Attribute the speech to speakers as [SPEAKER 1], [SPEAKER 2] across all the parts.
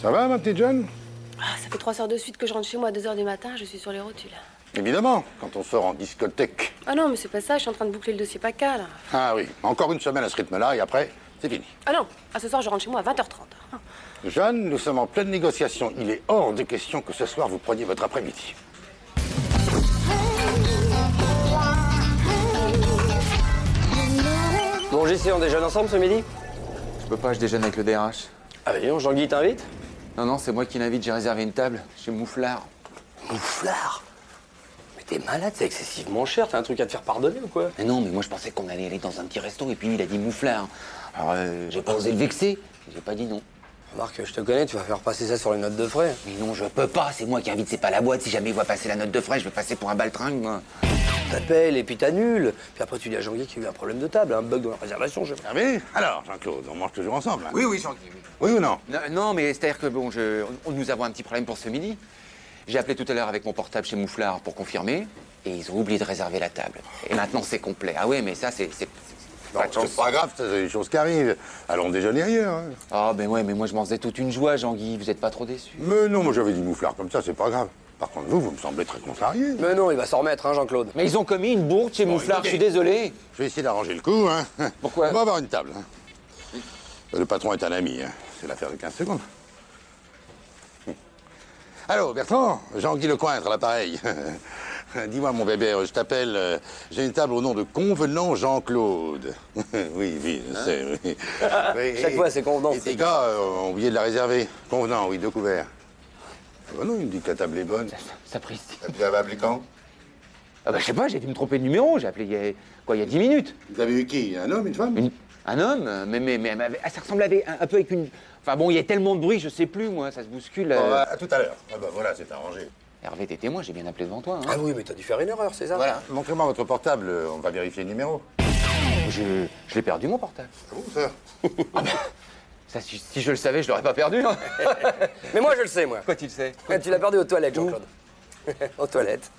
[SPEAKER 1] Ça va, ma petite Jeanne
[SPEAKER 2] Ah, Ça fait trois heures de suite que je rentre chez moi à 2 heures du matin, je suis sur les rotules.
[SPEAKER 1] Évidemment, quand on sort en discothèque.
[SPEAKER 2] Ah non, mais c'est pas ça, je suis en train de boucler le dossier PACA là.
[SPEAKER 1] Ah oui, encore une semaine à ce rythme-là et après, c'est fini.
[SPEAKER 2] Ah non, à ce soir je rentre chez moi à 20h30. Ah,
[SPEAKER 1] Jeanne, nous sommes en pleine négociation. Il est hors de question que ce soir vous preniez votre après-midi.
[SPEAKER 3] Bon, JC, on déjeune ensemble ce midi
[SPEAKER 4] Je peux pas, je déjeune avec le DRH.
[SPEAKER 3] Allez, on, Jean-Guy t'invite
[SPEAKER 4] Non, non, c'est moi qui l'invite, j'ai réservé une table chez Mouflard.
[SPEAKER 3] Mouflard Mais t'es malade, c'est excessivement cher, t'as un truc à te faire pardonner ou quoi
[SPEAKER 4] Mais non, mais moi je pensais qu'on allait aller dans un petit resto et puis lui, il a dit Mouflard. Alors euh, j'ai pas osé le vexer, j'ai pas dit non.
[SPEAKER 3] Remarque, je te connais, tu vas faire passer ça sur les notes de frais.
[SPEAKER 4] Mais non, je peux pas, c'est moi qui invite, c'est pas la boîte. Si jamais il voit passer la note de frais, je vais passer pour un baltringue, moi.
[SPEAKER 3] T'appelles et puis t'annules. Puis après, tu dis à Jean-Guy qu'il y a eu un problème de table, un bug dans la réservation, je sais pas.
[SPEAKER 1] Ah oui Alors, Jean-Claude, on mange toujours ensemble. hein
[SPEAKER 4] Oui, oui, Jean-Guy.
[SPEAKER 1] Oui ou non
[SPEAKER 4] Non, non, mais c'est-à-dire que bon, je, on- nous avons un petit problème pour ce midi. J'ai appelé tout à l'heure avec mon portable chez Mouflard pour confirmer, et ils ont oublié de réserver la table. Et maintenant c'est complet. Ah ouais, mais ça c'est. c'est- c'est
[SPEAKER 1] Non,
[SPEAKER 4] pas de chance.
[SPEAKER 1] c'est pas grave, ça, c'est des choses qui arrivent. Allons déjeuner ailleurs. hein.
[SPEAKER 4] Ah ben ouais, mais moi je m'en faisais toute une joie, Jean-Guy, vous êtes pas trop déçu
[SPEAKER 1] Mais non, moi j'avais dit mouflard comme ça, c'est pas grave. Par contre, vous, vous me semblez très contrarié.
[SPEAKER 3] Mais non, il va s'en remettre, hein, Jean-Claude.
[SPEAKER 4] Mais ils ont commis une bourde chez Mouflard,
[SPEAKER 1] écoutez.
[SPEAKER 4] je suis désolé.
[SPEAKER 1] Je vais essayer d'arranger le coup, hein.
[SPEAKER 4] Pourquoi
[SPEAKER 1] On va avoir une table. hein. Le patron est un ami, hein. c'est l'affaire de 15 secondes. Allô, Bertrand Jean-Guy Lecointre, à l'appareil. Dis-moi, mon bébé, je t'appelle. euh, J'ai une table au nom de Convenant Jean-Claude. oui, oui, je sais, oui. Oui,
[SPEAKER 3] Hein Chaque
[SPEAKER 1] et-
[SPEAKER 3] fois, c'est convenant,
[SPEAKER 1] Et
[SPEAKER 3] c'est-
[SPEAKER 1] tes gars euh, ont oublié de la réserver. Convenant, oui, deux couverts. Oh non, il me dit que la table est bonne.
[SPEAKER 4] Ça prise.
[SPEAKER 1] Vous avez appelé quand
[SPEAKER 4] Ah bah je sais pas, j'ai dû me tromper de numéro, j'ai appelé il y a, quoi, il y a 10 minutes.
[SPEAKER 1] Vous avez eu qui Un homme, une femme
[SPEAKER 4] Une- un homme, euh, mais, mais, mais, mais- ah, ça ressemble avec- un, un peu avec une... Enfin bon, il y a tellement de bruit, je sais plus moi, ça se bouscule. euh.
[SPEAKER 1] Bon, bah, à tout à l'heure. Ah bah voilà, c'est arrangé.
[SPEAKER 4] Hervé, t'es témoin, j'ai bien appelé devant toi. hein.
[SPEAKER 3] Ah oui, mais t'as dû faire une erreur, c'est ça
[SPEAKER 1] Voilà, montrez-moi votre portable, euh, on va vérifier le numéro.
[SPEAKER 4] Je, je l'ai perdu mon portable.
[SPEAKER 1] C'est bon, ça
[SPEAKER 4] Ça, si, si je le savais, je l'aurais pas perdu. hein.
[SPEAKER 3] Mais moi, je le sais, moi.
[SPEAKER 4] Quoi tu le sais
[SPEAKER 3] Eh, tu l'as perdu aux toilettes, Jean-Claude. aux toilettes.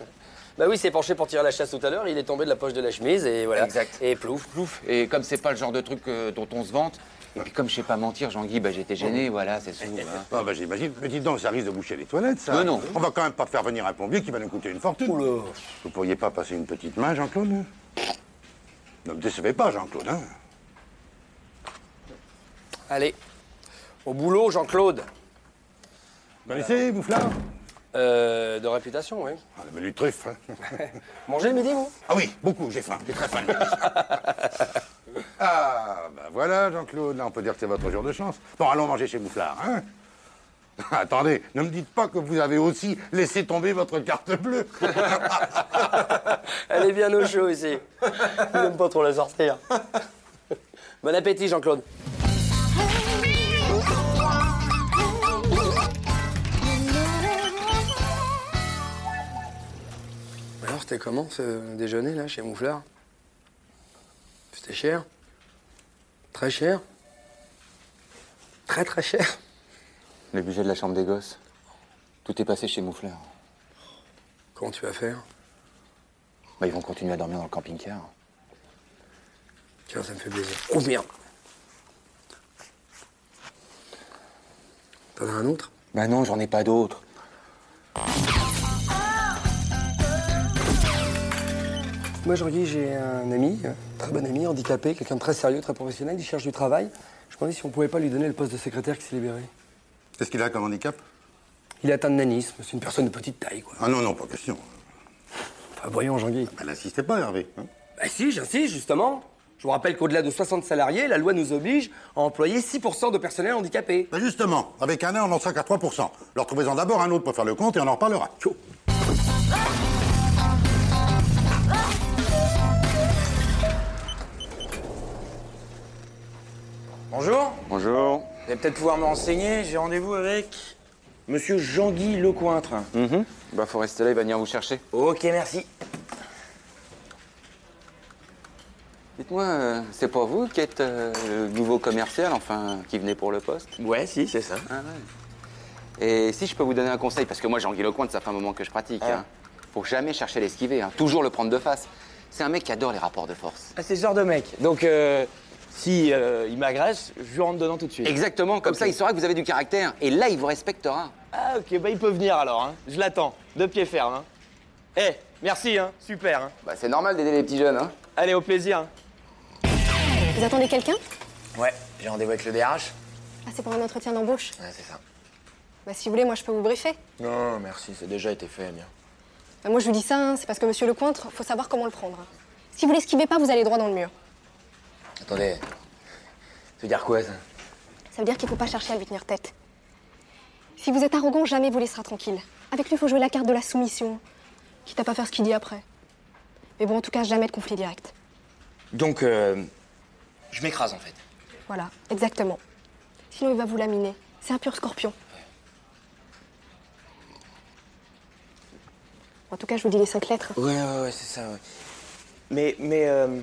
[SPEAKER 3] Bah oui, il s'est penché pour tirer la chasse tout à l'heure, il est tombé de la poche de la chemise et voilà.
[SPEAKER 4] Exact.
[SPEAKER 3] Et plouf.
[SPEAKER 4] Plouf. Et comme c'est pas le genre de truc euh, dont on se vante, et puis comme je sais pas mentir, Jean-Guy, bah, j'étais gêné, voilà, c'est souvent. hein.
[SPEAKER 1] Ah bah j'imagine. Mais dites donc, ça risque de boucher les toilettes, ça.
[SPEAKER 4] Non, non.
[SPEAKER 1] On va quand même pas faire venir un plombier qui va nous coûter une fortune. Vous pourriez pas passer une petite main, Jean-Claude hein Ne me décevez pas, Jean-Claude, hein
[SPEAKER 3] Allez. Au boulot, Jean-Claude.
[SPEAKER 1] Vous connaissez, Mouflard
[SPEAKER 3] Euh, de réputation, oui.
[SPEAKER 1] ah, Le menu de truffe, hein.
[SPEAKER 3] Mangez le midi, vous
[SPEAKER 1] Ah oui, beaucoup, j'ai faim, j'ai très faim. le midi. ah, bah voilà, Jean-Claude, là, on peut dire que c'est votre jour de chance. Bon, allons manger chez Mouflard, hein Attendez, ne me dites pas que vous avez aussi laissé tomber votre carte bleue.
[SPEAKER 3] Elle est bien au chaud ici. Il n'aime pas trop la sortir. Bon appétit, Jean-Claude. Bah Alors, c'était comment ce déjeuner là chez Mouflard C'était cher Très cher Très très cher
[SPEAKER 4] Le budget de la chambre des gosses. Tout est passé chez Moufleur.
[SPEAKER 3] Comment tu vas faire
[SPEAKER 4] Bah, ils vont continuer à dormir dans le camping-car.
[SPEAKER 3] Tiens, ça me fait plaisir. Oh, Ouvre bien T'en as un autre
[SPEAKER 4] Bah non, j'en ai pas d'autres.
[SPEAKER 3] Moi, Jean-Guy, j'ai un ami, un très bon ami, handicapé, quelqu'un de très sérieux, très professionnel, il cherche du travail. Je me demandais si on pouvait pas lui donner le poste de secrétaire qui s'est libéré.
[SPEAKER 1] Qu'est-ce qu'il a comme handicap
[SPEAKER 3] Il est atteint de nanisme, c'est une personne de petite taille, quoi.
[SPEAKER 1] Ah non, non, pas question.
[SPEAKER 3] Enfin, voyons, Jean-Guy.
[SPEAKER 1] Elle n'insistez pas, Hervé. hein.
[SPEAKER 3] Bah si, j'insiste, justement. Je vous rappelle qu'au-delà de 60 salariés, la loi nous oblige à employer 6% de personnel handicapé.
[SPEAKER 1] Bah justement, avec un an, on en sera qu'à 3%. Leur trouvez-en d'abord un autre pour faire le compte et on en reparlera. Tchou.
[SPEAKER 5] Bonjour,
[SPEAKER 4] Bonjour.
[SPEAKER 5] vous allez peut-être pouvoir me renseigner, j'ai rendez-vous avec Monsieur Jean-Guy Lecointre.
[SPEAKER 4] Bah, faut rester là, il va venir vous chercher.
[SPEAKER 5] Ok, merci.
[SPEAKER 4] Dites-moi, euh, c'est pas vous qui êtes euh, le nouveau commercial, enfin, qui venait pour le poste
[SPEAKER 5] Ouais, si, c'est ça.
[SPEAKER 4] Et si je peux vous donner un conseil, parce que moi, Jean-Guy Lecointe, ça fait un moment que je pratique.
[SPEAKER 5] Ouais.
[SPEAKER 4] hein. Faut jamais chercher à l'esquiver, hein. toujours le prendre de face. C'est un mec qui adore les rapports de force.
[SPEAKER 5] Ah, c'est ce genre de mec. Donc, euh, si euh, il m'agresse, je lui rentre dedans tout de suite.
[SPEAKER 4] Exactement, comme
[SPEAKER 5] Ok.
[SPEAKER 4] ça, il saura que vous avez du caractère. Et là, il vous respectera.
[SPEAKER 5] Ah, ok, bah il peut venir alors, hein. Je l'attends, de pied ferme, hein. Eh, merci, hein, super, hein.
[SPEAKER 4] Bah, c'est normal d'aider les petits jeunes, hein.
[SPEAKER 5] Allez, au plaisir. hein.
[SPEAKER 6] Vous attendez quelqu'un
[SPEAKER 5] Ouais, j'ai rendez-vous avec le DRH.
[SPEAKER 6] Ah, c'est pour un entretien d'embauche.
[SPEAKER 5] Ouais, c'est ça.
[SPEAKER 6] Bah, si vous voulez, moi, je peux vous briefer.
[SPEAKER 5] Non, merci, c'est déjà été fait, bien.
[SPEAKER 6] Bah, moi, je vous dis ça, hein, c'est parce que monsieur Lecointre, faut savoir comment le prendre. hein. Si vous l'esquivez pas, vous allez droit dans le mur.
[SPEAKER 5] Attendez, ça veut dire quoi, ça
[SPEAKER 6] Ça veut dire qu'il faut pas chercher à lui tenir tête. Si vous êtes arrogant, jamais il vous laissera tranquille. Avec lui, faut jouer la carte de la soumission, quitte à pas faire ce qu'il dit après. Mais bon, en tout cas, jamais de conflit direct.
[SPEAKER 5] Donc, euh, je m'écrase, en fait.
[SPEAKER 6] Voilà, exactement. Sinon, il va vous laminer. C'est un pur scorpion. En tout cas, je vous dis les cinq lettres.
[SPEAKER 5] Ouais, ouais, ouais, c'est ça, ouais. Mais, mais, euh,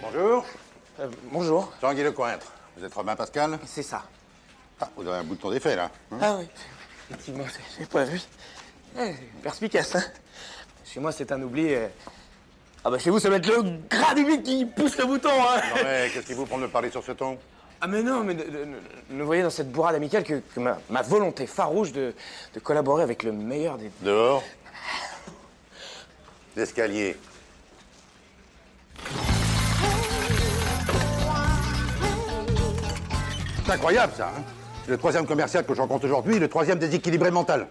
[SPEAKER 1] Bonjour.
[SPEAKER 5] euh, bonjour.
[SPEAKER 1] Jean-Guy Lecointre. Vous êtes Romain Pascal
[SPEAKER 5] C'est ça.
[SPEAKER 1] Ah, vous avez un bouton d'effet, là. hein
[SPEAKER 5] Ah oui, effectivement, c'est- j'ai pas vu. Eh, Perspicace, hein. Chez moi, c'est un oubli. euh. Ah bah chez vous, ça va être le gras du mec qui pousse le bouton, hein.
[SPEAKER 1] Non, mais qu'est-ce qui vous prend de me parler sur ce ton
[SPEAKER 5] Ah mais non, mais ne, ne- ne- ne voyez dans cette bourrade amicale que, que ma, ma volonté farouche de, de collaborer avec le meilleur des...
[SPEAKER 1] Dehors. L'escalier. C'est incroyable, ça. hein le troisième commercial que je rencontre aujourd'hui, le troisième déséquilibré mental.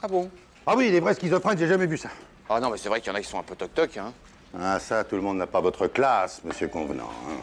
[SPEAKER 4] Ah bon
[SPEAKER 1] Ah oui, les vrais schizophrènes, j'ai jamais vu ça.
[SPEAKER 4] Ah non, mais c'est vrai qu'il y en a qui sont un peu toc-toc, hein.
[SPEAKER 1] Ah, ça, tout le monde n'a pas votre classe, monsieur Convenant. hein.